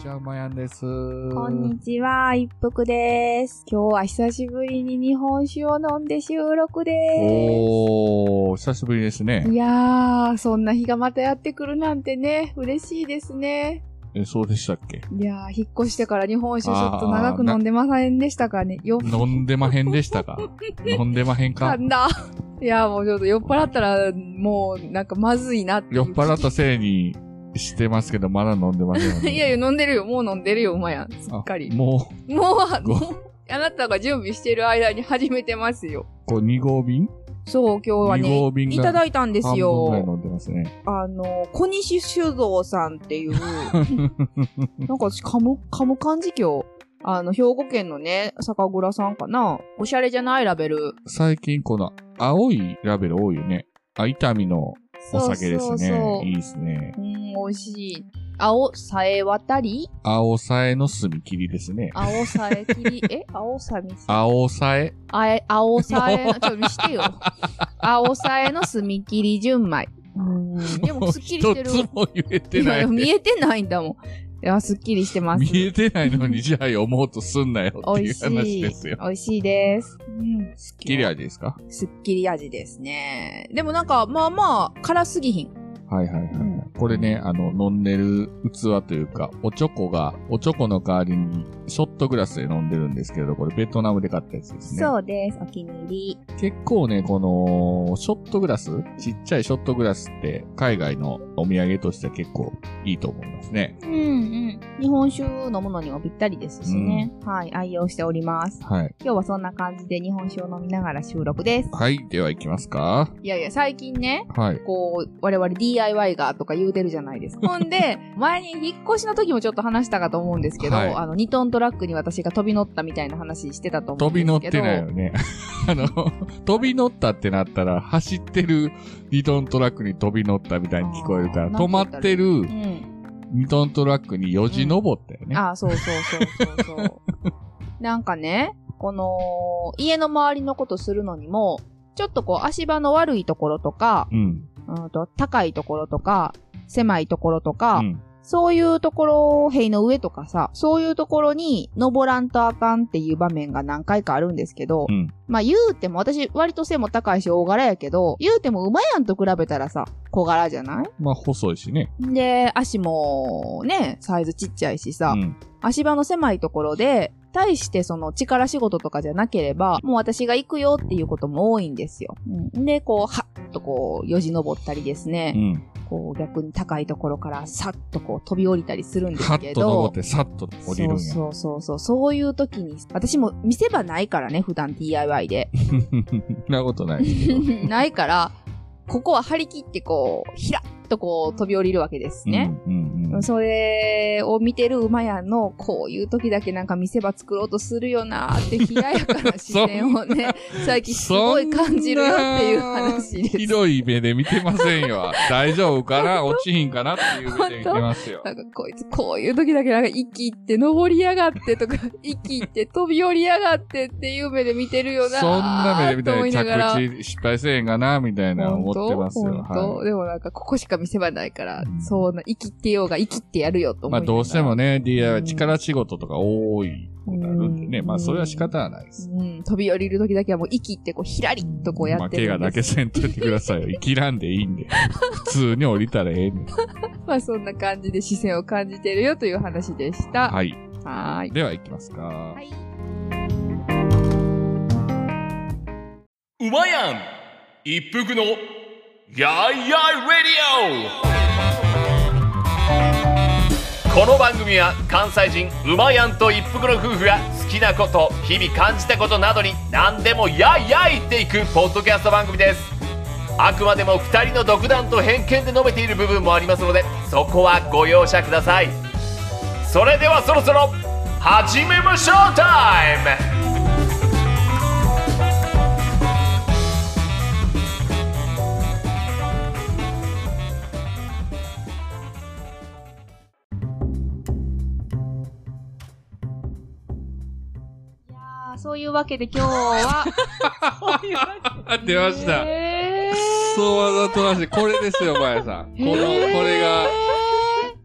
ちは、まやんです。ここんにちは、一服です。今日は久しぶりに日本酒を飲んで収録でおー、久しぶりですす。ね。いやー、そんな日がまたやってくるなんてね、嬉しいですね。え、そうでしたっけいやー、引っ越してから日本酒ちょっと長く飲んでませんでしたかね。よっ飲んでまへんで したか飲んでまへんかかんだ。 いやー、もうちょっと酔っ払ったら、もうなんかまずいなっていう。酔っ払ったせいにしてますけど、まだ飲んでませんよね。 いやいや、飲んでるよ。もう飲んでるよ、お前やん。すあっかり。ももう、あごもうあなたが準備してる間に始めてますよ。う、こう、2合瓶そう、今日は二合ね、瓶がいただいたんです半分ぐらい飲よ。んでますね。あの、小西酒造さんっ ていう、なんか私、カム、カム漢字教。あの、兵庫県のね、酒蔵さんかな。おしゃれじゃないラベル。最近、この、青いラベル多いよね。あ、痛みのお酒ですね。そうそうそういいですね。うん、美味しい。青さえ渡り青さえの炭切りですね。青さえ きり、え青さみす。青さえ。あえ、青さえ、 ちょっと見してよ。青さえの墨切り純米。うん、でも、すっきりして る。一つも言えてないや。見えてないんだもん。いや、すっきりしてます。見えてないのに、じゃあ読もうとすんなよって美い味うし話い。ですよ。美味しいです。うん。すっ切り味ですかすっきり味ですね。でもなんか、まあまあ、辛すぎひん。はいはいはいはい、うんこれね、あの、飲んでる器というか、おちょこが、おちょこの代わりに、ショットグラスで飲んでるんですけれど、これベトナムで買ったやつですね。うです。お気に入り。結構ね、この、ショットグラス、ちっちゃいショットグラスって、海外のお土産としては結構いいと思いますね。うんうん。日本酒飲むのにもぴったりですしね。はい。愛用しております。はい。今日はそんな感じで日本酒を飲みながら収録です。はい、では行きますか。いやいや、最近ね、はい。こう、我々 DIY がとか言うてるじゃないです か。ほんで、前に引っ越しの時もちょっと話したかと思うんですけど、はいあの、2トントラックに私が飛び乗ったみたいな話してたと思う飛んですけびど。乗ってないよね。 あの、飛び乗ったってなったら、走ってる2トントラックに飛び乗ったみたいに聞こえるから、あー止まってるうん。 2トントラックによじ登ったよね。あー、そうそうそう そうそう。なんかね、この、家の周りのことするのにも、ちょっとこう、足場の悪いところとか、うん。うんと、高いところとか、狭いところとうか、ん。そういうところ、塀の上とかさ、そういうところに登らんとあかんっていう場面が何回かあるんですけど、うんまあ言うても、私割と背も高いし大柄やけど、言うても馬やんと比べたらさ、小柄じゃないまあ、細いしね。で、足もね、サイズちっちゃいしうさ、ん。足場の狭いところで、対してその力仕事とかじゃなければ、もう私が行くよっていうことも多いんですよ。うん、で、こう、はっとこう、よじ登ったりですうね、ん。こう逆に高いところからさっとこう飛び降りたりするんでカすけッとど、登って、さっと降りるんや。そうそうそうそう。そういう時に、私も見せ場ないからね、普段 DIY で。 そんなことないですけど。ないから、ここは張り切ってこう、ひらっとこう飛び降りるわけですね。うん。うんうん。それを見てる馬やんの、こういう時だけなんか見せ場作ろうとするよなーって、冷ややかな視線 をね、最近すごい感じるよっていう話そんなひです。どい目で見てませんよ。大丈夫かな落ちひんかなっていう目で見てます よ。なんかこいつこういう時だけなんか息いって登りやがってとか、 息いって飛び降りやがってっていう目で見てるよなーそんな目で見たと思らいながら着地失敗せえへんかな、みたいな思ってますよ。本当本当はでもなんか、ここしか見せ場ないから、うんそうな、生きてようが生きてやるよとい。思まあいながらどうしてもね、う DIY ん力仕事とか多いことあるんでね、うんまあそれは仕方はないです。うん、飛び降りる時だけはもう息ってこう、ひらりとこうやってるまあ、怪我んでだけす。せんといてくださいよ。生きらんでいいん で。普通に降りたらええねん。まあそんな感じで視線を感じてるよという話でした。ははい。ーい。では行きますか。い。うまやん一服のやいやいレディオこの番組は関西人うまやんと一服の夫婦が好きなこと日々感じたことなどに何でもやいやい言っていくポッドキャスト番組ですあくまでも2人の独断と偏見で述べている部分もありますのでそこはご容赦くださいそれではそろそろ始めましょうタイムあーそういうわけで今日は。 出ました。えクソわざとらしい。これですよ、まやさん。この、これが、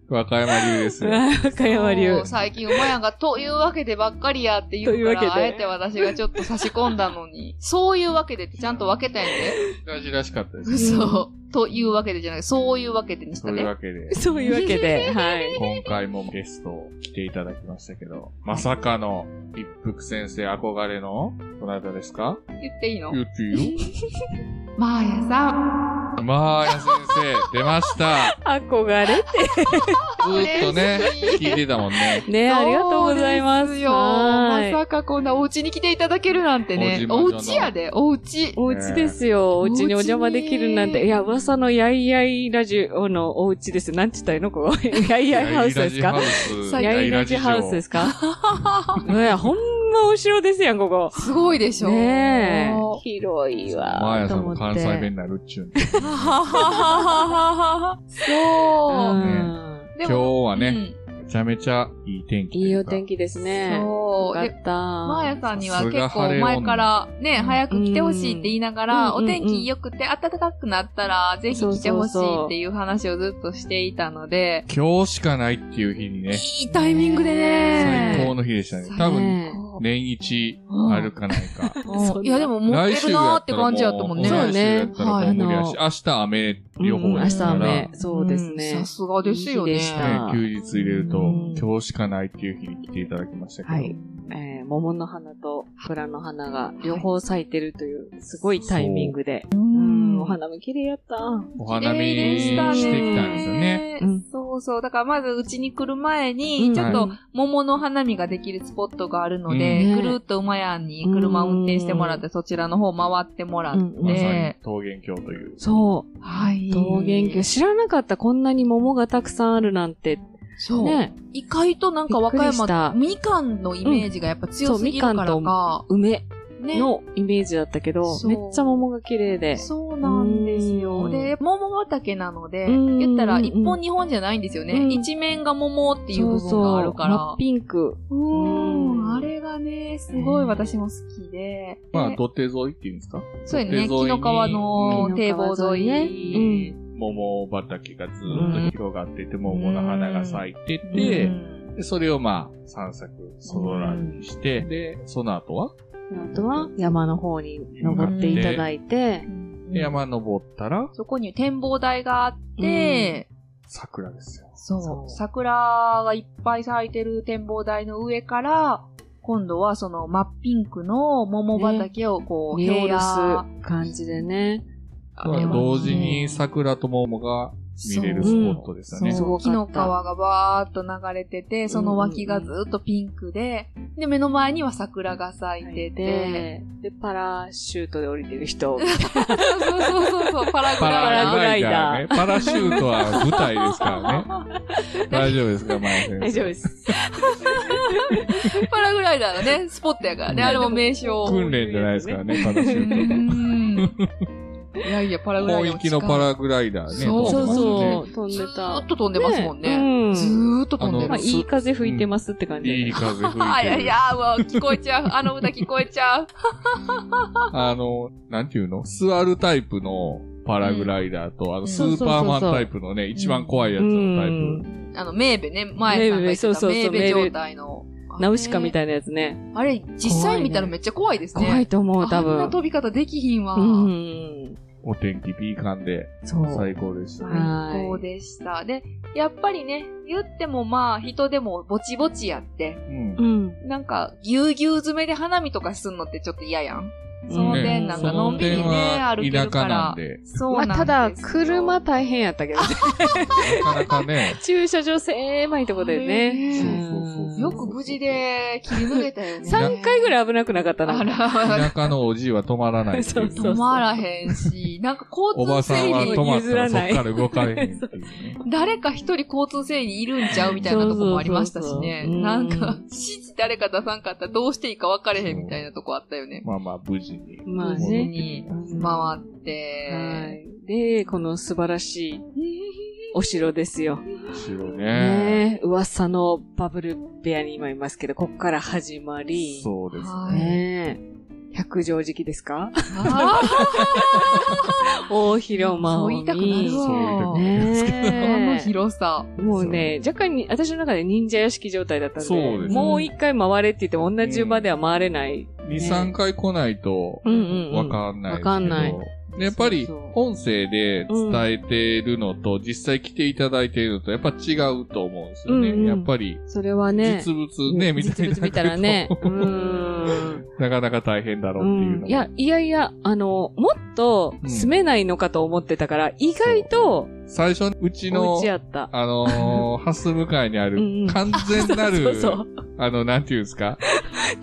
和歌山流ですよ。中山流もう。最近、おもやが、というわけでばっかりやって言うかというわら、けあでえて私がちょっと差し込んだの に、そういうわけでってちゃんと分けたんやで。大事らしかった です。嘘。というわけでじゃなくて、そういうわけでにしとたいうね。わけで、そういうわけ で、はい。今回もゲスト来ていただきましたけど、まさかの一服先生憧れの、どなたですか言っていいの言っていいまあやさん。よ。まあや先生、出ま した。憧れずーっとね嬉しい聞いてたもんね。て。ね、ありがとうございます。そうですよ。はまいさかこんなお家に来ていただけるなんてね。おおうち魔女の。家やで、お家。お家ですよ。お家にお邪魔できるなんお家て。にいや、噂のやいやいラジオのお家です。なんちったらいいのここ。やいやいハウスですかやいラジハウスですすかねえほんまお城ですやん、ここ。すごいでしょ。 ねえも。広いわ。まあやさとんも思っ関て西弁になるっちゅうんで。うそう。うんで今も日はうね、んめちゃめちゃいい天気。いいお天気。気ですね。よそう。かっでた。まあやさんにはさすが結晴れ構女前からね、早く来てほしいって言いながら、うんお天気良くて暖かくなったら、ぜひ来てほしいっていう話をずっとしていたので、今日しかないっていう日にね、いいタイミングでね。最高の日でしたね。最高多分、ね年一うんあるかないか。うんいやでも持っ来てる週なやーって感じやったもんね。そらうも来週ねやったらもう無理やし、はい明日雨予うん報明です日から、雨ね。そうですねさ。すがですよね。いい日でした休日入れると、うん今日しかないっていう日に来ていただきましたけど、はい。えー桃の花と桜の花が両方咲いてるという、すごいタイミングで。うん、お花見綺麗やった。お花見綺麗でしてきしたたんねですよね。うんそうそう。だからまずうちに来る前に、ちょっと桃の花見ができるスポットがあるので、うんぐるーっと馬屋に車運転してもらって、そちらの方回ってもらって、うんまさにね桃源郷という。そう。はい。桃源郷。知らなかった。こんなに桃がたくさんあるなんて。そう。ね。意外となんか和歌びっくりし山た、みかんのイメージがやっぱ強すぎるからそうみか。梅ね。のイメージだったけど、そうめっちゃ桃が綺麗で。そうなんですうよ。んで、桃畑なので、うん言ったら一本二本じゃないんですよね。うん一面が桃っていうそ部う分があそるう。か真らっ。ピンク。うーうんん、あれがね、すごい私も好きで。まあ、で土手沿いっていうんですかそうや手沿いね、に木の川の堤防沿いね。うん。桃畑がずっと広がってて、桃の花が咲いてて、うんでそれをまあ、散策、そらにして、で、その後は、あとは山の方に登っていただいて、山登ったら、そこに展望台があって、桜ですよ。そそうう、桜がいっぱい咲いてる展望台の上から、今度はその真っピンクの桃畑をこう、見下平野ろす感じでね。あれはね同時に桜と桃が見れるスポットですよね。すそごうかった木の皮がバーっと流れてて、その脇がずっとピンクで、で、目の前には桜が咲いてて、で、で、パラシュートで降りてる 人。そうそうそうそう、パラグパライラダグー。ライダーね。パラシュートは舞台ですから ね。大丈夫ですか、前先大生。丈夫です。パラグライダーのね、スポットやからね、うんあれも名称。訓練じゃないですからね、パラシュうート。んいやいや、パラグライ広ダーも域近い。のパラグライダーね。そう飛そんうでますそねう、飛んずでーたっ。と飛んでますもんうね。んずーっと飛んであまるあ、。いい風吹いてますって感じ。いい風吹いてる。あ、いやいや、もう聞こえちゃう。あの歌聞こえちゃう。あの、なんていうの座るタイプのパラグライダーと、あの、スーパーマンタイプのね、一番怖いやつのタイプ。う んあの、メーベね、前さんが言ってメーベそうたそうメーそうベ状態の。ナウシカみい。たいなやつね。あれ、実際見たらめっちゃ怖いですね。怖いと思う、多あんな分。飛び方できひんわ。うん。お天気ピーカンで、そう。最高でしたね。はい最高でした。で、やっぱりね、言ってもまあ、人でもぼちぼちやって、うんうん。なんか、ぎゅうぎゅう詰めで花見とかすんのってちょっと嫌やん。そのね点なんかのんびりそのね、点は歩ける田舎かなんら。で、そうなまあ、んですただ、よ車大変やったけど、なかなかね、 駐車場狭いとこでね。そうよく無事で切り抜けたよ ね。 3回ぐらい危なくなかったあな。ら、 田舎のおじいは止まらないっていうそうそう止まらへんし、なんかお交ば通さ整んは理止と、まったら譲らそなっいから動かれへんっていうね。誰か一人交通整理いるんちゃうみたいなとこもありましたしね。そうそうそうそうなんかう、指示誰か出さんかったらどうしていいか分かれへんみたいなとこあったよね。まあまあ、無事に。まあ無事ね。にうん回って。はい。で、この素晴らしいお城ですよ。白ね。ねえ、噂のバブル部屋に今いますけど、こっから始まり、そうですはいね。ねえ、百条敷ですかあ ー 大広間を見そう言いたくなるわそういう時あのねえ広さ。もうね、若干に、私の中で忍者屋敷状態だったんで、そうですねもう一回回れって言っても同じ場では回れない。 2、3回来ないと、うんうんうんわかんないですけど。わかんないでやっぱりそうそう、音声で伝えてるのと、実際来ていただいてるのと、やっぱ違うと思うんですよね。うんうんやっぱり、それはね、実物ね、みたいな。実物見たら ね、うーん。なかなか大変だろううっていうのんもいや、いやいや、あの、もっと住めないのかと思ってたから、意外と、最初、うちおの家、やった。あ のー、ハス向かいにあうんうるん、完全な そうる、そう。あの、なんていうんですか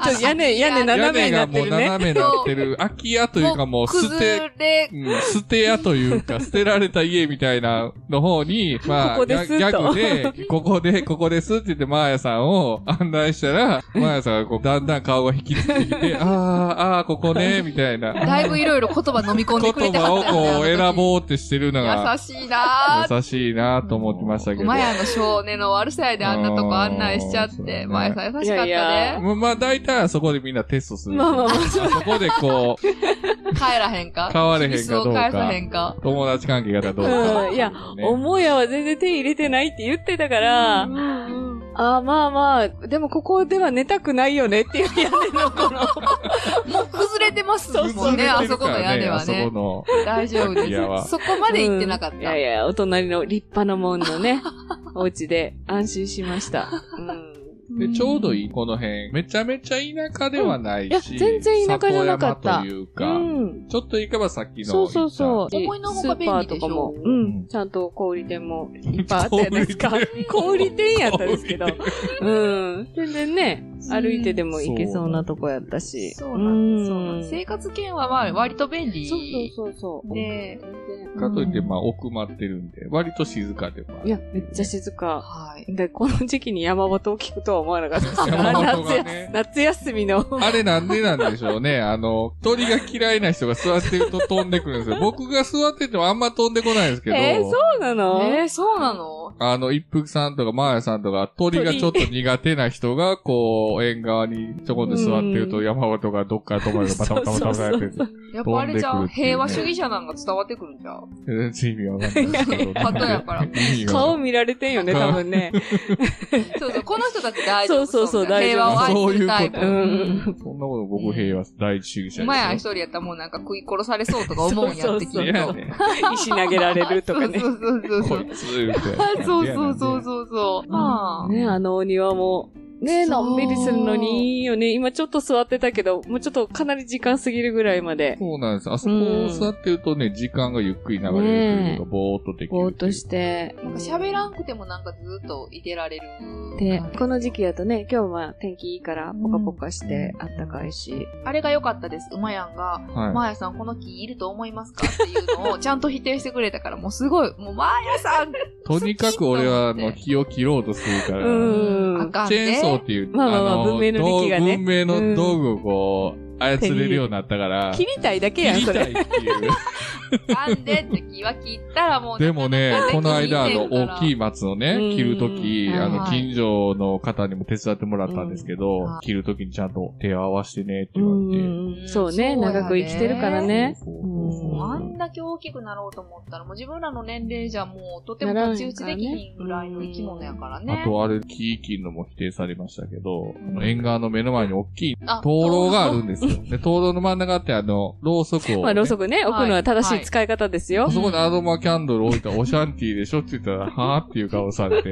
ちょっと屋根、屋根屋斜め根にながっもてうるね。斜めになってる、空き家というかもう捨て崩れ、うん捨て屋という か、捨てられた家みたいなの方に、まあ、ここですギャギャとグで、ここで、ここですって言って、マーヤさんを案内したら、マーヤさんがこう、だんだん顔が引きつってき て、あー、あー、ここね、みたいな。だいぶいろいろ言葉飲み込 ん言でくれて葉をこう、選う。ぼうってしてるのが、優しいなぁ。優しいなと思ってましたけど。マまヤの少年の悪さやであんなとこ案内しちゃっうんそうねて、マヤさん優しかったいやね。いあ まあ、大体はそこでみんなテストする。まあまあまあそこでこう、帰らへんか変われへん椅か子どをう返さかへ、んか。友達関係がどうか。うんいやね母屋は全然手入れてないって言ってたから、ああ、まあまあ、でもここでは寝たくないよねっていう屋根のこの、もう崩れてますもん崩れね、てあるそこかのら屋根はあねそこ。の、大丈夫空き家はです。そこまで行ってなかっうんいたや。いや、お隣の立派なもんのね、 お家で安心しました。うん。で、ちょうどいい、この辺。めちゃめちゃ田舎ではないし。うんいや全然田舎じゃなかった里山といううか、ん。ちょっと行けばさっきの。そうそうそう。で思いのほかスーパーとかも便利でしうょん。ちゃんと小売店もいっぱいあった やないですか小売。小売店やったんですけ ど小売。うん。全然ね、歩いてでも行けそうなとこやったし。そうなんです。うそうなんです生活圏はまあ割と便利。そうそうそうそう。で、一かといって、まあ、奥まってるんで、割と静かでもあるいや、めっちゃ静か。はい。で、この時期に山本を聞くとは思わなかった です山本が夏や ね夏休みの。あれなんでなんでしょうね。あの、鳥が嫌いな人が座ってると飛んでくるんですよ。僕が座っててもあんま飛んでこないんですけど、えーそうなのえー、そうなのあの、一服さんとかマーヤさんとか、鳥がちょっと苦手な人が、こう、縁側にちょこんと座ってるうと、ん山本がどっから止まるかバタバタ バタバタやってる。やっぱあれじゃ飛んん。でくるっていうね平和主義者なんか伝わってくるんじゃん。全然意味わかんないですけど。パトやから意味がわ顔かんない見られてんよね、多分 ね。そうそう、この人たち大 丈夫そうそうそうみたいな平大丈夫和を愛するタイプ。そういん。そんなこと僕平和第一主義者ですよ。マヤ一人やったらもうなんか食い殺されそうとか思うんやってきっと。いやね。石投げられるとかねそ。うそうそうそこう。いつ言うて。そうそうそうそうそう。まあ。ね、あのお庭も。ね、そうのんびりするのにいいよね。今ちょっと座ってたけど、もうちょっとかなり時間過ぎるぐらいまで。そうなんです。あそこを座ってるとね、時間がゆっくり流れるというか、ぼーっとできる。。ぼーっとしてて。なんか喋らんくてもなんかずっといてられる。ではい、この時期やとね、今日は天気いいから、ポカポカして、あったかいし。あれが良かったです。馬やんが、はマーヤさんこの木いると思いますかっていうのをちゃんと否定してくれたから、もうすごい、もうマーヤさん、い。とにかく俺は、あの、木を切ろうとするかうら。あん。かんチェーンソーでっ。ていう、まあまあまあの文明の力がね道文明の道具をこう、操れるようになったから、切りたいだけやん、切そりたれ。いっていう。あかんでって木は切ったらもう、でもね、この間、あの、大きい。い松をねう、ん切るとき、はいあの、はい近所の方にも手伝ってもらったんですけどうんは、切るときにちゃんと手を合わせてねって言うわれて。ん。そうね、そうやね長く生きてるからね。そうそうそうそあんだけ大きくなろうと思ったら、もう自分らの年齢じゃもうとても太刀打ちできひんぐらいの生き物やからうね。あと、あれ、木切るのも否定されましたけど、あうのん縁側の目の前に大きいあ灯籠があるんですよ。で、灯籠の真ん中ってあの、ろうそくをね。まあ、ろうそくね、置くのは正しい使い方ですよあ。そこにアロマキャンドル置いたらオシャンティーでしょって言ったら、はぁっていう顔され て。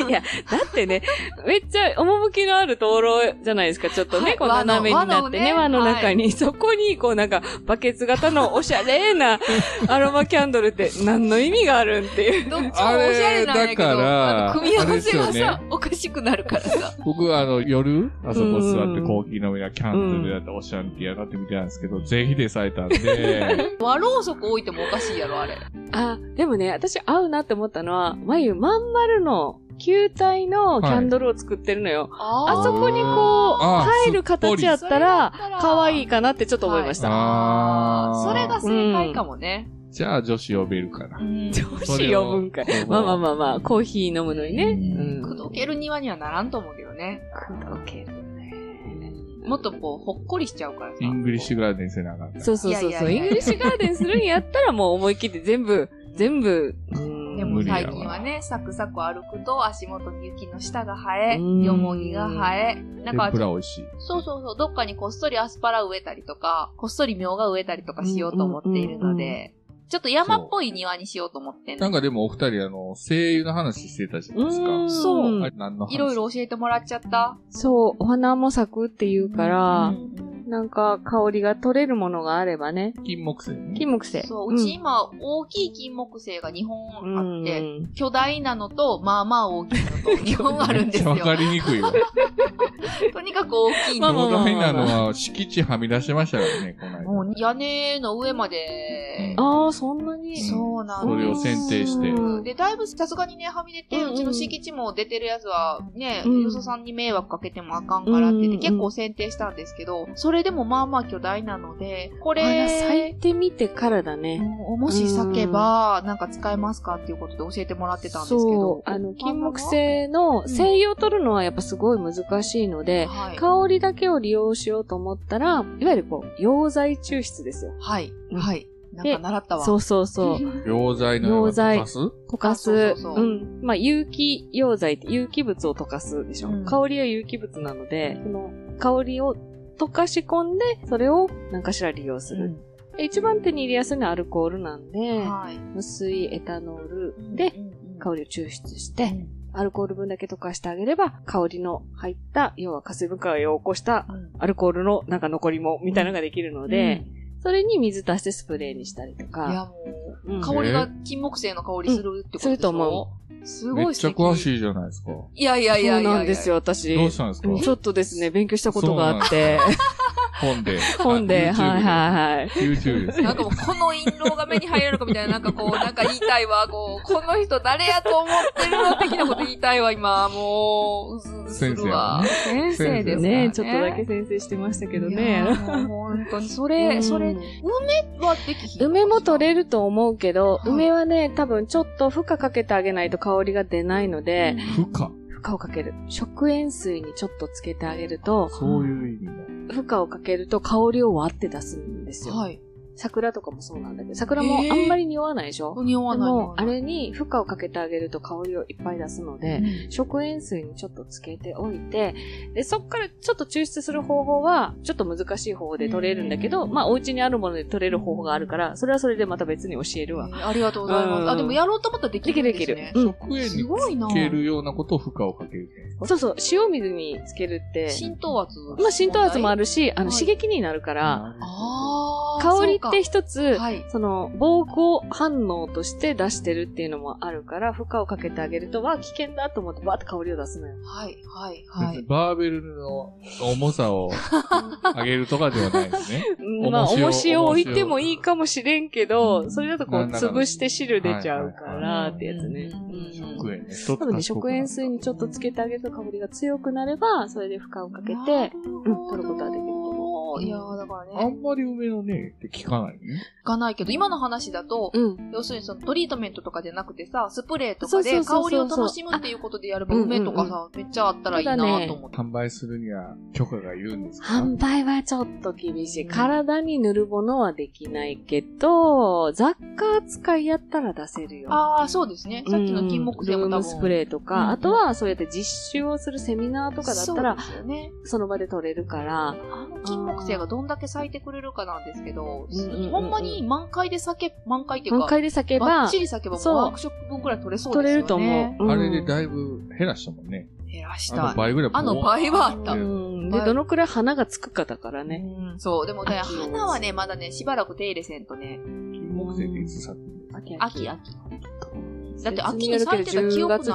だってね、めっちゃ趣のある灯籠じゃないですか、ちょっとはね、いこう斜めになってね、輪輪のの輪のね中に、そこに、こうなんか、バケツ型のおしゃれな アロマキャンドルって何の意味があるんっていう。どっちもおしあれゃれなんやけど、だからあの組み合わせあれがですよさ、おかしくなるからさ。僕、あの、夜、あそこ座うっんうてんコーヒー飲みながらキャンドルやったらオシャンティーやなってみたんですけど、全否定されたんで、 和ろうそく置いてもおかしいやろ、あれ。あ、でもね、私合うなって思ったのは、眉まん丸の球体のキャンドルを作ってるのよ。ああそこにこう、あー入る形やったらそれやった、ら可愛いかなってちょっと思いました。あーそれが正解かもね。じゃあ女子呼べるかな。女子呼ぶんかいそれをまあまあまあまあ、コーヒー飲むのにね。うんうんくどける庭にはならんと思うけどね。くどけるね。もっとこう、ほっこりしちゃうからさ。イングリッシュガーデンせなあかんから。そうそうそういやそ。いうやいやイングリッシュガーデンするんやったらもう思い切って全部、全部。うんで無も理やわ最近はね、サクサク歩くと足元に雪の下が生え、うんよもぎが生え、なんか天ぷら美味しい。そうそうそう、どっかにこっそりアスパラ植えたりとか、こっそり苗が植えたりとかしようと思っているのうんうんで、ちょっと山っぽい庭にしようと思ってんなのんかでもお二人、あの、声優の話してたじゃないですか。そあれう。何の話いろいろ教えてもらっちゃった。そう、お花も咲くっていうからう、んうんなんか香りが取れるものがあればね。金木犀ね。金木犀。そう、うち今、大きい金木犀が2うん本あって、うん巨大なのと、まあまあ大きいの と、2本あるんですよめっちゃ。わかりにくい わ。とにかく大きいまあの。まあ巨まあ大なのは敷地はみ出してましたからね、この間。もう屋根の上まで。ああ、そんなに。そうなんそでれを選定して。うんで、だいぶさすがにね、はみ出て、うんうんうちの敷地も出てるやつは、ね、うんよそさんに迷惑かけてもあかんからって言って、うんうんうん結構選定したんですけど、それでもまあまあ巨大なので、こあら、咲れい、てみてからだね。もうもし咲けば、なんか使えますかっていうことで教えてもらってたんですけそど。う、あの、金木犀の精油を取るのはやっぱすごい難しいので、はい。香りだけを利用しようと思ったら、いわゆるこう、溶剤抽出ですよ。はい。うんはい。なんでか習ったわ。そうそうそう。溶剤のような溶剤パス溶かす。あそうそうそううん。まあ、有機溶剤って有機物を溶かすでしょ。うん香りは有機物なので、その香りを溶かし込んで、それを何かしら利用すうる。ん。で一番手に入れやすいのはアルコールなんで、はい。無水エタノールでうんうんうん香りを抽出して、アルコール分だけ溶かしてあげれば、香りの入った、要は化成分解を起こしたうんアルコールのなんか残りもみたいなのができるので、それに水足してスプレーにしたりいとやもか、うんう、香りが金木犀の香りするってことでしょすると思う。すごめっいち素ゃ敵。詳しいじゃないですか。どいやいやいやいやいや。そうなんですよ、私。うしたんですかちょっとですね、勉強したことがあって、本で。 本で、あはいはいはい。 YouTube です。 なんかもうこの陰謀が目に入るのかみたいな、なんか こう、なんか言いたいわ、こう、この人誰やと思ってるの的なこと言いたいわ、今、もう、うずうずす先生るやわね。。先生ですからねちょっとだけ先生してましたけどいやね。ーもう本当に、それ、それはできひん梅も取れると思うけどは、い梅はね、多分ちょっと負荷かけてあげないと香りが出ないので、負荷。負荷をかける。食塩水にちょっとつけてあげると、そういう意味だ。負荷をかけると香りを割って出すんですよ。はい。桜とかもそうなんだけど、桜もえーあんまり匂わないでしょ、匂わでない。も、あれに負荷をかけてあげると香りをいっぱい出すので、食塩水にちょっとつけておいて、で、そっからちょっと抽出する方法は、ちょっと難しい方法で取れるんだけど、まあ、お家にあるもので取れる方法があるから、それはそれでまた別に教えるわ。ありがとうございます。あ、でもやろうと思ったらできできるんるでできするね。。う食ん。塩すにごいなつけるようなことを負荷をかける。そうそう、塩水につけるって、浸透圧。まあ、浸透圧もある。るし、あの、はい刺激になるから、あー香そりうっかて一つ、はい。その、暴行反応として出してるっていうのもあるから、負荷をかけてあげると、わあ、危険だと思って、バーって香りを出すのよ。はい、はい、はい。バーベルの重さを上げるとかではないですね。 うんまあ、重しを重しを置いてもいいかもしれんけうど、んそれだとこう、なんだかんだ潰して汁出ちゃうかはいはいはら、いってやつね。うんうん食塩ね。一つ多分ね、食塩水にちょっとつけてあげると香りが強くなれば、それで負荷をかけなて、るうんほど取ることはできると思ういやーだからあね、んまり梅のね、って聞かないね。いかないけど、今の話だと、うん。要するにそのトリートメントとかじゃなくてさ、スプレーとかそでうそ香うそうそうりを楽しむっていうことでやればあ梅とかうんさ、めっちゃあったらいいなと思って。販売するには許可がいるんですか販売はちょっと厳しうい。ん体に塗るものはできないけど、雑貨扱いやったら出せるよ。ああ、そうですね。さっきの金木犀うんもルー多ム分。スプレーとうんか、あとはそうやって実習をするセミナーとかだったら、そうですよね。その場で取れるから、あの金木犀がどんだけ咲いてくれるかなんですけど、うんうんうんほんまに満開で咲け、満開っていうか、満開で咲けばばっち、り咲けばもうそうワークショップ分くらい取れそう取ですよね。れると思う。うんあれでだいぶ減らしたもんね。減らしあたのい。倍ぐらい。あの倍はあった。うん。はで、いどのくらい花がつくかだからね。うんそう。でもね、秋の花はね、まだね、しばらく手入れせんとね、金木犀っていつ咲くの秋秋、秋。秋だって秋に咲いてた記憶ないもん10月、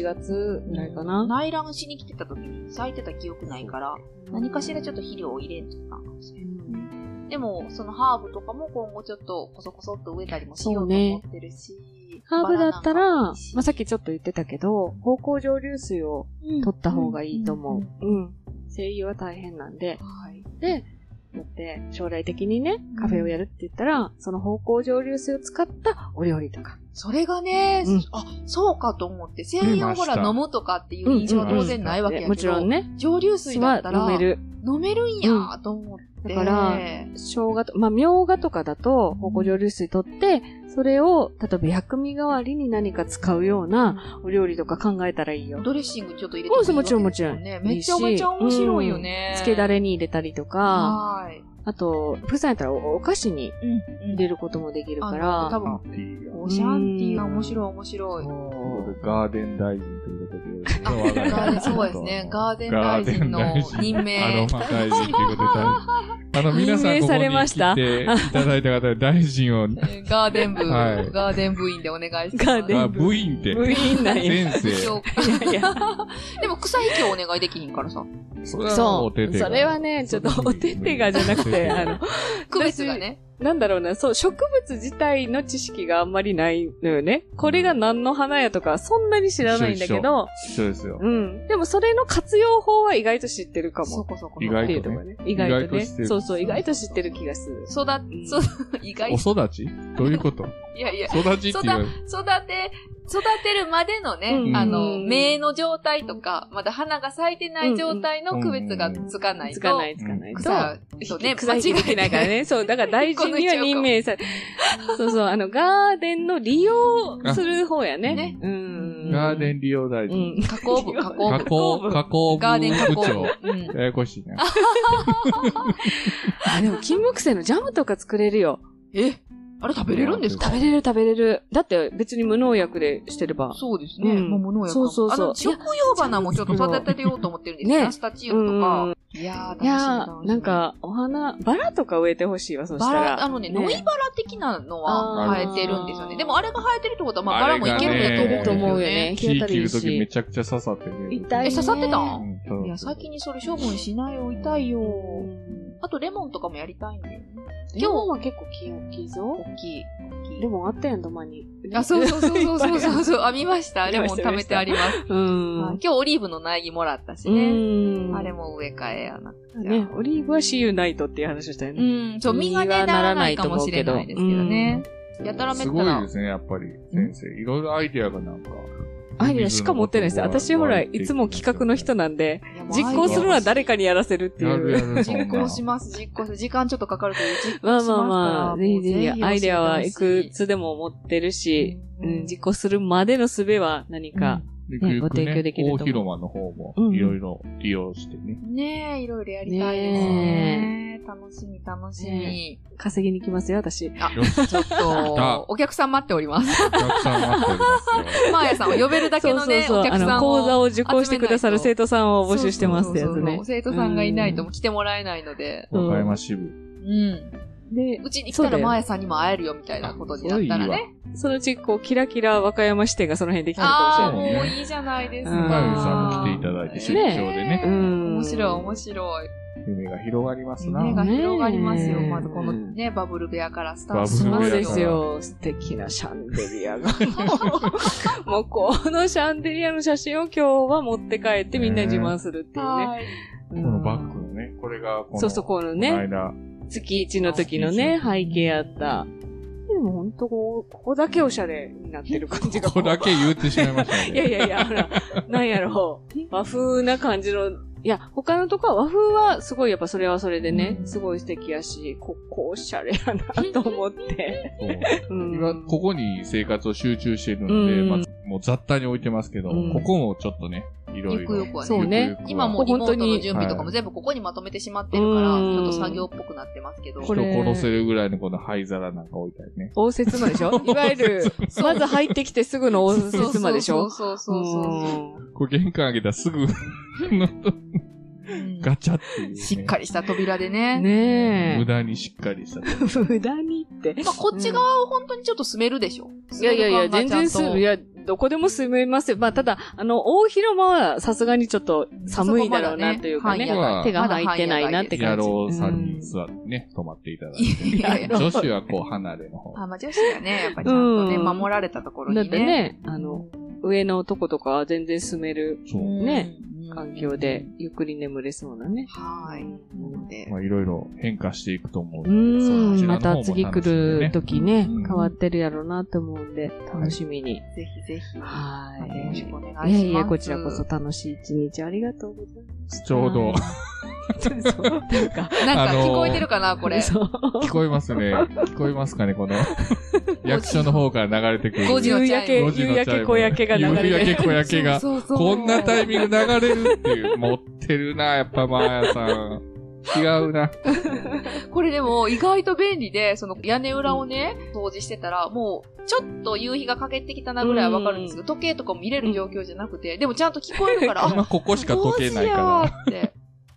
11月ぐらいかな。内覧しに来てた時に咲いてた記憶ないから、何かしらちょっと肥料を入れんとかんかもしれない。でも、そのハーブとかも今後ちょっとコソコソっと植えたりもしようと思ってるし。ハーブだったら、まあ、さっききちょっと言ってたけど、芳香蒸留水を取った方がいいと思う。うん。精油は大変なんで。うん。はい。で、だって、将来的にね、カフェをやるって言ったら、その方向蒸留水を使ったお料理とか。それがね、うんあ、そうかと思って、専用ほら出ました飲むとかっていう印象は当然ないわけやけど、もちろんね、蒸留水だったらは飲める。飲めるんやと思って。だから生姜と、まあ、みょうがとかだと、ほこりょう流水取って、それを、例えば薬味代わりに何か使うようなお料理とか考えたらいいよ。ドレッシングちょっと入れていいわけもちろんもちろんですよねめちゃめちゃ面白いよね。つけだれに入れたりとか、はい。あと、プサやったらおお菓子に入れることもできるかあのら、多いいよ。分、オシャンティーが面白い面白い。ガーデン大臣ということで。ガーデンそうですね。ガーデン大臣のガーデン大臣任アロ命。マ大臣ということで、あの、皆さんここに来ていただいた方で大臣を、えーガーデン部、はいガーデン部員でお願いします。ガーデあ、部員って、部員なんや。先生。いやいやでも草引きをお願いできひんからさ。そそう。それはね、ちょっとお手手がじゃなくて、あの、区別がね。なんだろうな、そう、植物自体の知識があんまりないのよね。これが何の花やとか、そんなに知らないんだけど、一緒ですよ。うん。でもそれの活用法は意外と知ってるかそも。こそこ。意っ外ていうととねこね。意外とね意外と知って。るそうそう、意外と知ってる気がする。育んて、そう、意外お育ちどういうこといやいや、育ちって言われる。育て、育てるまでのね、うんあうの、ん芽の状態とか、まだ花が咲いてない状態の区別がつかないと。つかない、つかないと。草とね、草引きできないからね。そう、だから大臣には任命され、そうそう、あの、ガーデンの利用する方やね。ねうん。ガーデン利用大う臣。ん。加工部、加工加部。工、加工ガーデン加部工長。部。うん。ややこしいな。あ、でも、金木犀のジャムとか作れるよ。え、あれ食べれるんですか食べれる食べれる。だって別に無農薬でしてれば。そうですうね。んもう物をやそうそうそうあの、食用花もちょっと育てようと思ってるんですねね。ナスタチウムとか。いやー、楽しいみやだ楽しー、みなん、か、お花、バラとか植えてほしいわ、そしバたラ、あら。のね、ねノイバラ的なのはあ生ーえてるんですよね。でもあれが生えてるってことは、まあバラもいけるんあやれとがね思うんいでいすとよ思木ね。切るときめちゃくちゃ刺さってね。痛いね。え刺さってたうんんそういや、最近にそれ処分しないよ、痛いよ。あとレモンとかもやりたいんだよね。今日は結構気大きいぞ。大きい。大きいでもあったやん、たまに。あ、そうそうそうそうそう そうそう。あ、見ました。見レまモしンた貯めてあります。うはいん。今日オリーブの苗木もらったしね。うん。あれ。も植え替えやな。ね、オリーブは私有ないとっていう話をしたようね。ん、そう、実がね、ならないかもしれないですけどね。やたらめっすたごいらで。すね、やっぱり、先生。いろいろアイディアがなんか。アイデアしか持ってないです。私ほら、いつも企画の人なんで、実行するのは誰かにやらせるってやるいやう。 る、そんな実行します、実行する。時間ちょっとかかるけど、実行しままあすかまら。あまあ、ぜひぜひ、アイデアはいくつつでも持ってるし、うん、実行するまでの術は何か。ゆくゆくねご提供でね、きると思う大広間の方もうんうんいろいろ利用してね。ねえ、いろいろやりたいですね。楽しみ、楽しみ。稼ぎに来ますよ、私。あよし、ちょっと、お客さん待っております。お客さん待っておりますよ。マーヤさんを呼べるだけのね、そうそうそうお客さんあを。の、講座を受講してくださる生徒さんを募集してますってやそうつそうそうねそう。生徒さんがいないともう来てもらえないので。 うん和歌山支部。うん。で、うちに来たそうだらよマーヤさんにも会えるよみたいなことになったらそれいいね。そのうち、こう、キラキラ和歌山支店がその辺できてるあかあ、ももしうねいいじゃないですか。うんマーヤさんも来ていただいて出張でねれない。うん。面白い、面白い。夢が広がりますな。夢が広がりますよ。ねえまずこのね、バブル部屋からスタバートブしルま部すそ屋よ。うですよ。素敵なシャンデリアが。 もうこのシャンデリアの写真を今日は持って帰ってみんなに自慢するっていうね。はい。ここのバッグのね、これがこの、そうそう、このこのね、間、月一の時のね、背景やった。でもほんとこう、ここだけおしゃれになってる感じが。ここだけ言ってしまいました いやね。いやいや、ほら、なんやろう。和風な感じの、いや、他のとこは和風はすごいやっぱそれはそれでね、すごい素敵やし、ここおしゃれやなと思って。そううん今、ここに生活を集中してるので、うんまあ、もう雑多に置いてますけど、うんここもちょっとね、いろいろ。ゆくゆくはねそうねゆくゆくは今もうリモートの準備とかはもい全部ここにまとめてしまってるから、うちんょっと作業っぽくなってますけど。これ人殺せるぐらいのこの灰皿なんか置いたりね。応接間でしょいわゆる、まず入ってきてすぐの応接間でしょそうそうそうそうそうこれ玄関開けたらすぐのうんガチャっていう、ね。しっかり。りした扉でね。無ね駄にしっかりした。え。無駄にって。まあ、こっち側は本当にちょっと住めるでしょ。いやいやいや、全然住すめる感がちゃんといや、どこでも住めますよ。まあ、ただ、あの、大広間はさすがにちょっと寒いだろうなというかね。そこまだね手が入ってないなって野感じ。郎さんうにん座ってね、泊まっていただいて。いやいや女子はこう離れの方。あ、まあ女子がね、やっぱちゃんとね、うん守られたところだにっね。てね、あの、上のとことかは全然住める。そうう。ん、ねうん環境でゆっくり眠れそうなね。はい。なので、まあ、いろいろ変化していくと思う。うそちん、らのま方も楽たしみ次だね来る時ね、うん変わってるやろうなと思うんで、楽しみに。ぜひぜひ、はまたよろしくお願いします。い。いやいや、こちらこそ楽しい一日ありがとうございます。ちょうどそう。なんか、なんあかのー聞こえてるかな、これ。 そう。聞こえますね。聞こえますかね、 この役所の方から流れてくる。 5時の夕焼け、 5時夕のチャイム焼け、小焼けが流れ夕て焼け小焼けが。そうそうそうこんなタイミング流れるっていう。持ってるな、やっぱマーヤさん。違うな。これでも意外と便利で、その屋根裏をね、掃除してたら、もうちょっと夕日が欠けてきたなぐらいはわかるんですけど、時計とかも見れる状況じゃなくて、でもちゃんと聞こえるから、あ、今こ こしかど解うけしないやかーって。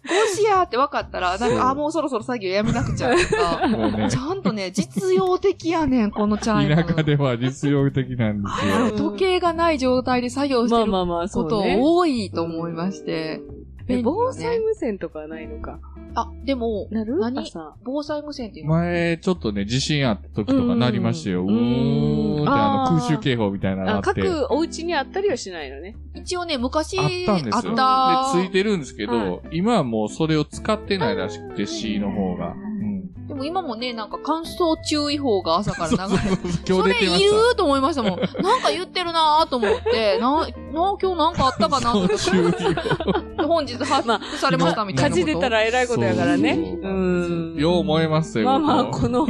どうしやーって分かったら、なんそうか、あ、もうそろそろ作業やめなくちゃとら。か、もうねち、ゃんとね、実用的やねん、このチャイム。田舎では実用的なんですあよ。の時計がない状態で作業しまてあるまあまあ、こそうとね。多いと思いまして。え便利防よね災無線とかはないのか。あ、でも、なる何朝防災無線っていうの前、ちょっとね、地震あった時とかなりましたよ。ううんーんって、ああーの、空襲警報みたいなのああって。各お家にあったりはしないのね。一応ね、昔、あったんですよ。あったで、ついてるんですけど、今はもうそれを使ってないらしくて、C の方が。うん。でも今もね、なんか乾燥注意報が朝から流 れてる。今そ日れ出てまいしると思いました もん。なんか言ってるなぁと思って、な、な、今日なんかあったかなた。と思っ空て襲警報。本日発布されましたみたい火なこ事と。出たら偉いことやからね。そううん。よう思いますよ。まあまあ、ここの、っ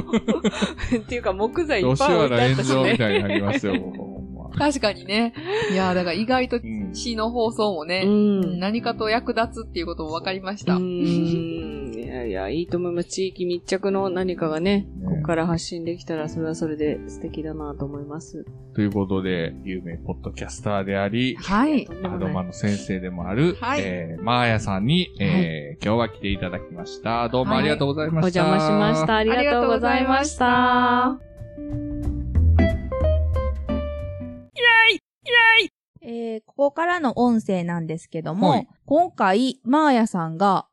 ていうか木材いっ吉ぱい置いてあ原った炎し上みね。たいになりますよ、こ こほんま確かにね。いやーだから意外とうん。詩の放送もうね、ん。何かと役立つっていうことも分かりましうた。ん。いやいや、いいと思います。地域密着の何かがね、ねここから発信できたら、それはそれで素敵だなと思います。ということで、有名ポッドキャスターであり、はいと。んでアもドなマい。の先生でもある、はいえー、マーヤさんに、えー今日は来ていただきました。どうもありがとうございおました。邪魔しまし。た。ありがとうございました。えーここからの音声なんですけども、はい今回、マーヤさんが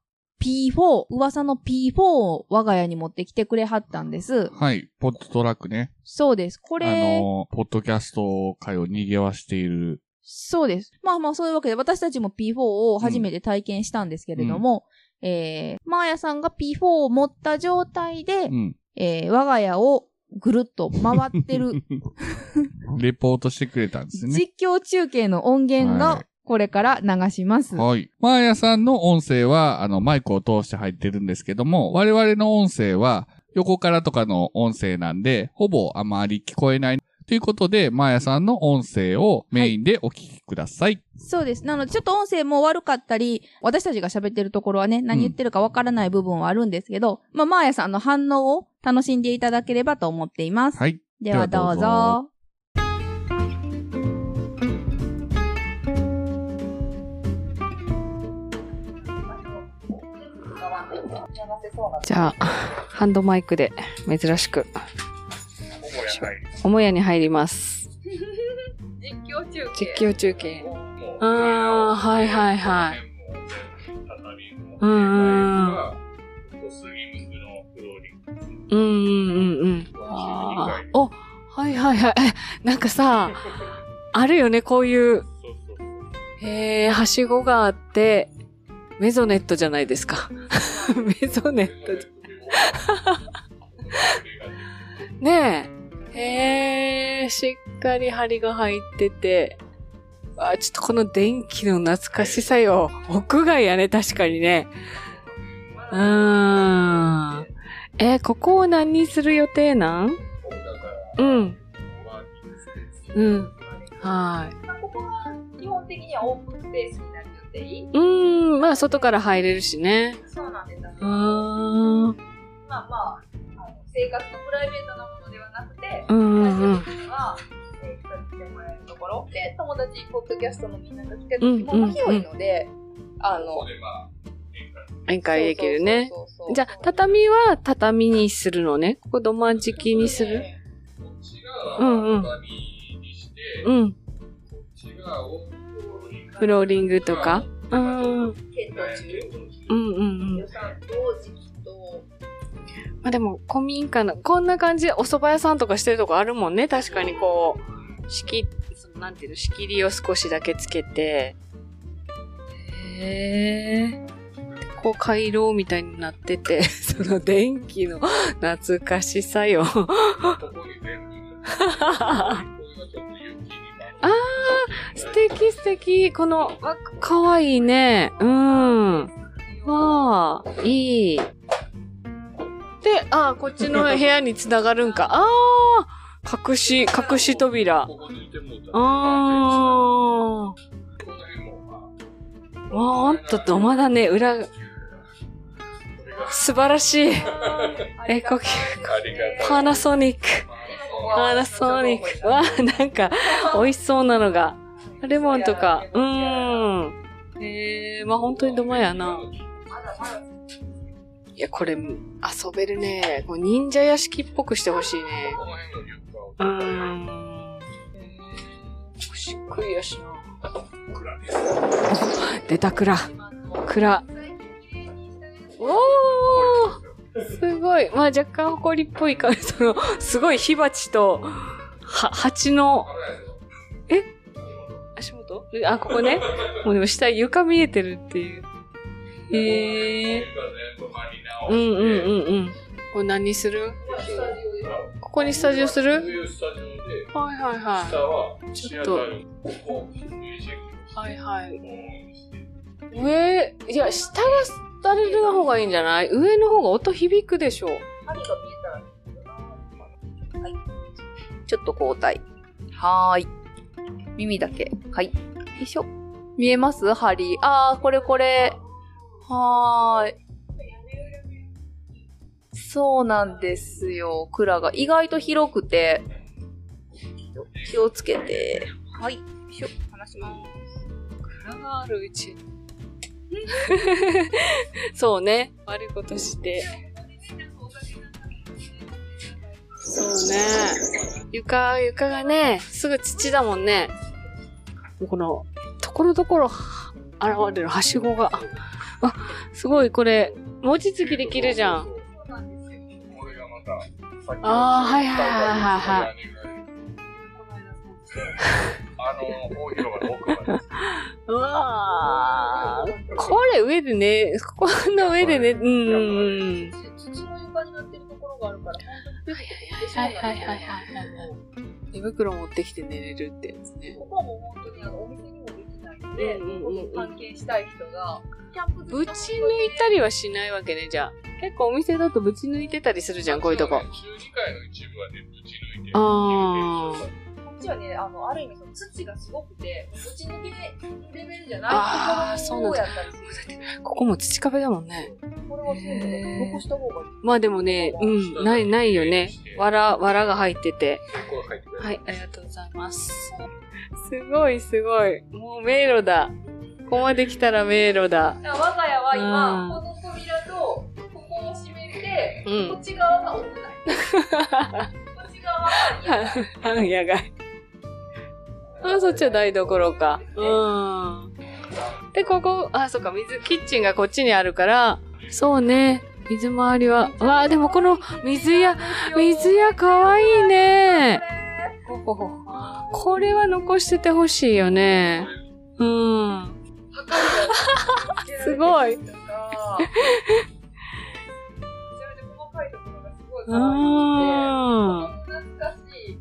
P4、噂の P4 を我が家に持ってきてくれはったんです。はい、ポッドトラックね。そうです。こあれ、のー、ポッドキャスト界を賑わしている。そうです。まあまあそういうわけで、私たちも P4 を初めて体験したんですけれども、えー、マーヤさんが P4 を持った状態で、うん。えー我が家をぐるっと回っ てるレポートしてくれたんですね。実況中継の音源はがいこれから流します。はい。マーヤさんの音声は、あの、マイクを通して入ってるんですけども、我々の音声は、横からとかの音声なんで、ほぼあまり聞こえない。ということで、マーヤさんの音声をメインでお聞きください。そうです。なので、ちょっと音声も悪かったり、私たちが喋ってるところはね、何言ってるかわからない部分はあるんですけど、まあ、マーヤさんの反応を楽しんでいただければと思っています。はい。では、でどはうどうぞぞ。じゃあ、ハンドマイクで珍しく、母屋に入ります。実況中実況中継。あー、はいはいはい。ううんうんんうん。うんうんうんうん。あーお、はいはいはい。えなんかさ、 あるよね、こういう。えー、はしごがあって、メゾネットじゃないです か。メゾネットじゃ。ねえ。えー、しっかり針が入ってて。あ、ちょっとこの電気の懐かしさよ。屋外やね、確かにね。うーん。えーここを何にする予定なんうん。うん。はここは基本的にはオープンスペースになる予定い。うーん。まあ、外から入れるしね。そうなんです。うーん。うんまあまあ、あの生活のプライベートなものではなくて、うんうん。は、えー、来てもらえるところ。で、友達、ポッドキャストのみんなが来たうんうんう時んも、まあ広いので、あの、宴会できるね。そうそうそうそう。じゃあ、畳は畳にするのね。ここ土間敷にする。うんうん。うん。フローリングとか。うん。うん検討中。うんうん。予算、同時期と、まあでも、古民家の、こんな感じでお蕎麦屋さんとかしてるとこあるもんね。確かにこう、仕切、そのなんていうの、仕切りを少しだけつけて。へえ。こう回廊みたいになってて、 その電気の懐かしさよ。こに電気が。あこれがちょっと雪にあー、素敵素敵。この、わかわいいね。うん。わあ、いい。で、ああ、こっちの部屋に繋がる んか。ああ、隠し、隠し扉。あここにいてもうたらあ。この辺もまわあ、あんたとまだね、裏が、素晴らしい。え、呼吸。あ、ありがとう。パナソニック。パナソニック。わあ、なんか、美味しそうなのが。レモンとか。うーん。ええー、まあ本当にどまやな。いや、これ、遊べるね。こう忍者屋敷っぽくしてほしいね。この辺の床をうーん。しっくりやしな。暗に出た、蔵。蔵。おーすごい。まあ若干埃っぽいから、 その、すごい火鉢と、は、鉢の、え足元あ、ここね。もうでも下床見えてるっていう。へえ。全部間に直うんうんして、うんうん。これ何するここにスタジオすこうるいうスタジオで、はいはい下ははちシょアっタとーをこう、ミュージッい。はいはい。クをオンにして、上、いや、下が垂れる方がいいんじゃない上の方が音響くでしょ針が見えたらいいけどなはい。ちょっと交代。はーい。耳だけ。はい。よいしょ。見えます針。あー、これこれ。はーい。そうなんですよ。蔵が意外と広くて。気をつけて。はい。よいしょ。離します。蔵があるうち。 そうね。悪いことして。そうね。床、床がね、すぐ土だもんね。もうこの、ところどころは現れるはしごが。あ、すごい、これ、餅つきできるじゃん。これがまた、さっきのあーはいはいはいはいはいあの、大広場の奥まで。うわあ。これ上でね、こんな上でね、うんうん。土の床になってるところがあるから、はいはいはいはいはい。寝袋持ってきて寝れるってやつね。ここはもう本当にあのお店にもできないので、うんうんうんうんここに関係したい人が、キャンプぶ好きちな抜いたりはしないわけね、じゃあ。結構お店だとぶち抜いてたりするじゃん、こういうとこ。中二階の一部はね、ぶち抜いてる。あーこっちはね、あの、ある意味その土がすごくて、ぶち抜けレベルじゃあなーいとそこうなろんをだやったりする。ここも土壁だもんね。これは全部ね残した方がいい。まあでもね、うん、ない、ないよね。わら、わらが入ってて。ここが入ってくる。はい、ありがとうございます。すごいすごい。もう迷路だ。ここまで来たら迷路だだ。から我が家は今、うこの扉と、ここを閉めて、うんこっち側が屋内。こっち側が家。半野外。あ、そっちは台所か。うん。で、ここ、あ、そっか、水、キッチンがこっちにあるから、そうね、水回りは。わあ、でもこの水屋、水屋かわいいね。これは残しててほしいよね。うん。とか、めちゃめちゃすごい。細かいところがすごい可う愛いくて。ん。懐かしい。こ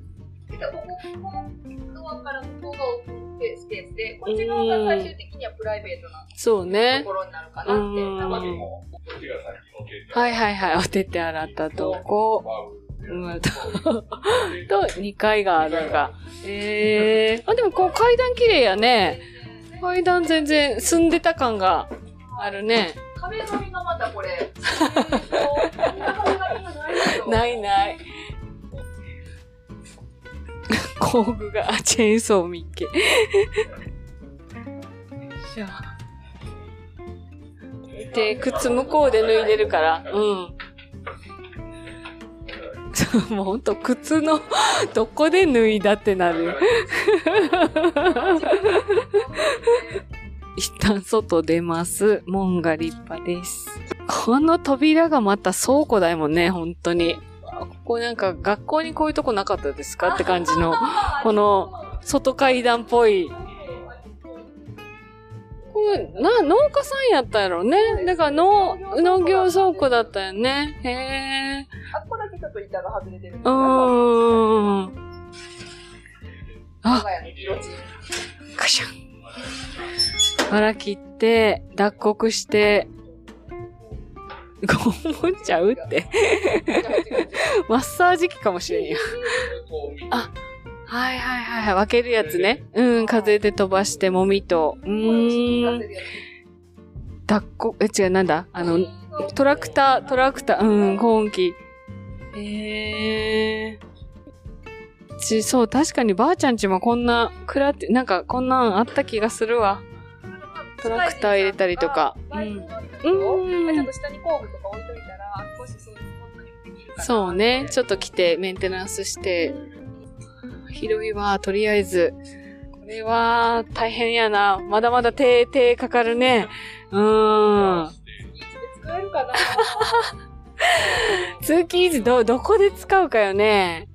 こ、ここドアから向こうがオープンスペースで、こっち側が最終的にはプライベートなそうねとこ。ろになるかなって。うんなんまかあでも、こっちがさっきの携帯。はいはいはい。お手手洗ったとこ。うん、と、 と2階があるか。ええあ、でもこう階段綺麗やね。階段全然住んでた感があるね。壁紙がまたこれ、こんな壁紙がないでしょ。 ないない。工具が、チェーンソー見っけ。よいしょで、靴向こうで脱いでるから、うん。 そう、もうほんと靴の、 どこで脱いだってなる。 一旦外出ます。門が立派です。この扉がまた倉庫だもんね、本当に。あここなんか学校にこういうとこなかったですかって感じ の、この外階段っぽい。こな、農家さんやったやろね。だから農、農業倉庫だったよね。へえ。あっこだけちょっと板が外れてるんですけうどーん。我が家の色地カシャン。腹切って、脱穀して、ごもっちゃうって。マッサージ機かもしれんや。あ、はいはいはいはい。分けるやつね。うん、風で飛ばして、もみと。うーん。脱穀、え、違う、なんだあの、トラクター、トラクター、うん、今期。へえー。ち、そう、確かにばあちゃんちもこんな、くらって、なんかこんなんあった気がするわ。トラクター入れたりとか。バイクうん。のうちゃんんと。下に工具とか置いといたら、少しそういうスポットにできるからそうね。ちょっと来て、メンテナンスして。広いわ、とりあえず。これは、大変やな。まだまだ手、手かかるね。うーん。啊使えるかな月一ど、どこで使うかよね。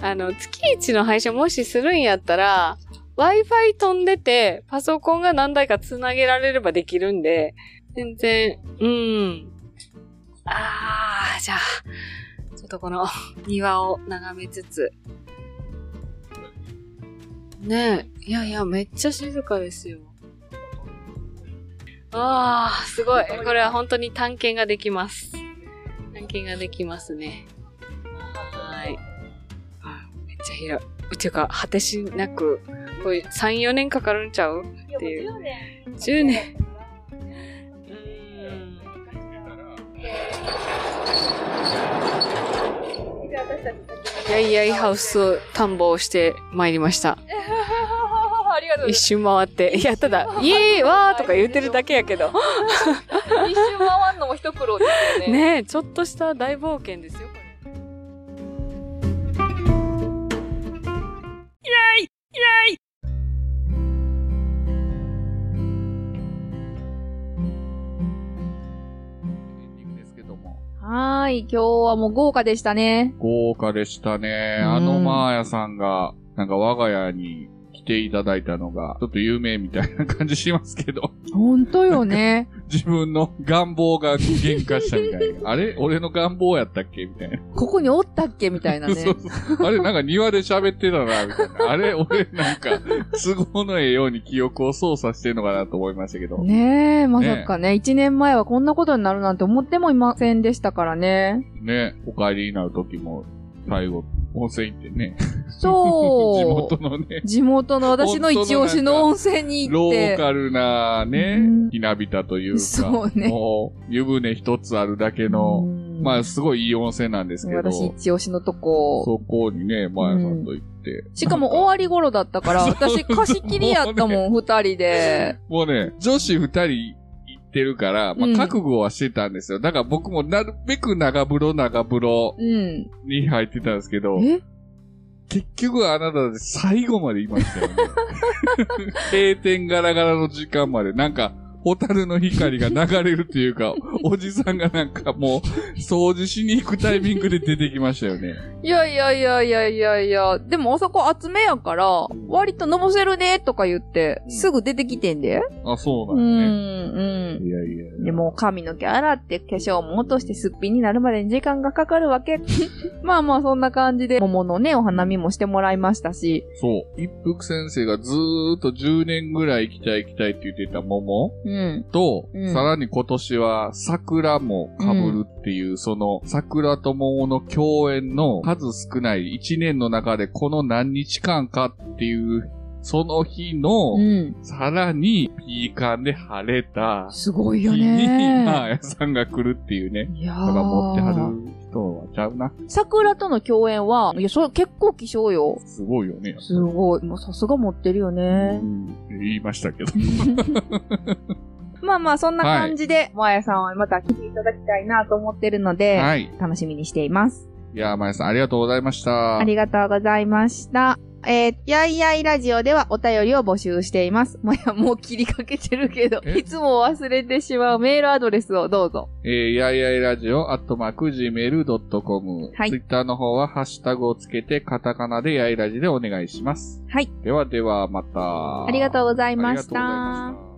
あの、月一の配信もしするんやったら、Wi-Fi 飛んでて、パソコンが何台か繋げられればできるんで、全然、うん。あー、じゃあ、ちょっとこの庭を眺めつつ。ねえ、いやいや、めっちゃ静かですよ。あー、すごい。これは本当に探検ができます。探検ができますね。はーい。あめっちゃ広い。ていうか、果てしなく、こういう3、4年かかるんちゃうっていう。10年。うんやいやいハウスを探訪してまいりました。 ありがとうございま一す。周回って。いや、た だ、イエーイわーとか言ってるだけやけど。一周回るのも一苦労ですよね。ねえ、ちょっとした大冒険ですよ、これ。エンディングですけども。はーい、今日はもう豪華でしたね。豪華でしたね。うんあのマーヤさんが、なんか我が家に来ていただいたのが、ちょっと有名みたいな感じしますけど、ほんとよね。自分の願望が 具現化したみたいな。あれ俺の願望やったっけみたいな。ここにおったっけみたいなね。そうそうあれなんか庭で喋ってたな、みたいな。あ れ俺なんか、都合のええように記憶を操作してんのかなと思いましたけど。ねえ、まさかね、一年前はこんなことになるなんて思ってもいませんでしたからね。ね、お帰りになる時も、最後、温泉行ってね。 そう。地元のね、地元の私の一押しの温泉に行ロっーて。カルなねうん、ひなびたというか、そうねもう、湯船一つあるだけうの、んまあ、すごいいい温泉なんですけど、私そ一押しのとこ。こにね、まやさんと行って、しかも終わり頃だっ たから、私貸し切りやったもん、二人で。もうね、女子二人行ってるから、まうあ、ん覚悟はしてたんですよ。だから僕もなるべく長風呂長風呂うん。に入ってたんですけど、え結局あなたで最後までいましたよ ね。閉店ガラガラの時間まで、なんか、ホタルの光が流れるという か、おじさんがなんかもう、掃除しに行くタイミングで出てきましたよね。いやいやいやいやいやいや、でもあそこ集めやから、割とのぼせるねとか言って、うんすぐ出てきてんで。あ、そううん、なんですね。うん。いやいや。でもう髪の毛洗って化粧も落としてすっぴんになるまでに時間がかかる わけ。まあまあそんな感じで、桃のね、お花見もしてもらいましたし。そう。一服先生がずーっと10年ぐらい行きたい行きたいって言ってた桃うん。と、うんさらに今年は桜も被るっていう、その桜と桃の共演の数少ない1年の中でこの何日間かっていう、その日の、うん。さらにピーカンで晴れたすごい日よに、まあ、ね。やさんが来るっていうね。いやだから持ってはーる人はちゃうな。桜との共演は、いや、それ結構希少よ。すごいよね。すごい。もうさすが持ってるよねう。ん言いましたけど。まあまあ、そんな感じで、もあやさんはまた来ていただきたいなと思ってるので、はい。楽しみにしています。いやー、まやさん、ありがとうございました。ありがとうございました。えー、やいやいラジオではお便りを募集しています。もういや、もう切りかけてるけど、えいつも忘れてしまうメールアドレスをどうぞ。えー、やいやいラジオ、アットマーク、gmail.com。はいツイッターの方は、ハッシュタグをつけて、カタカナでやいラジでお願いします。はい。ではでは、また。ありがとうございありまがしとうございまたし。た。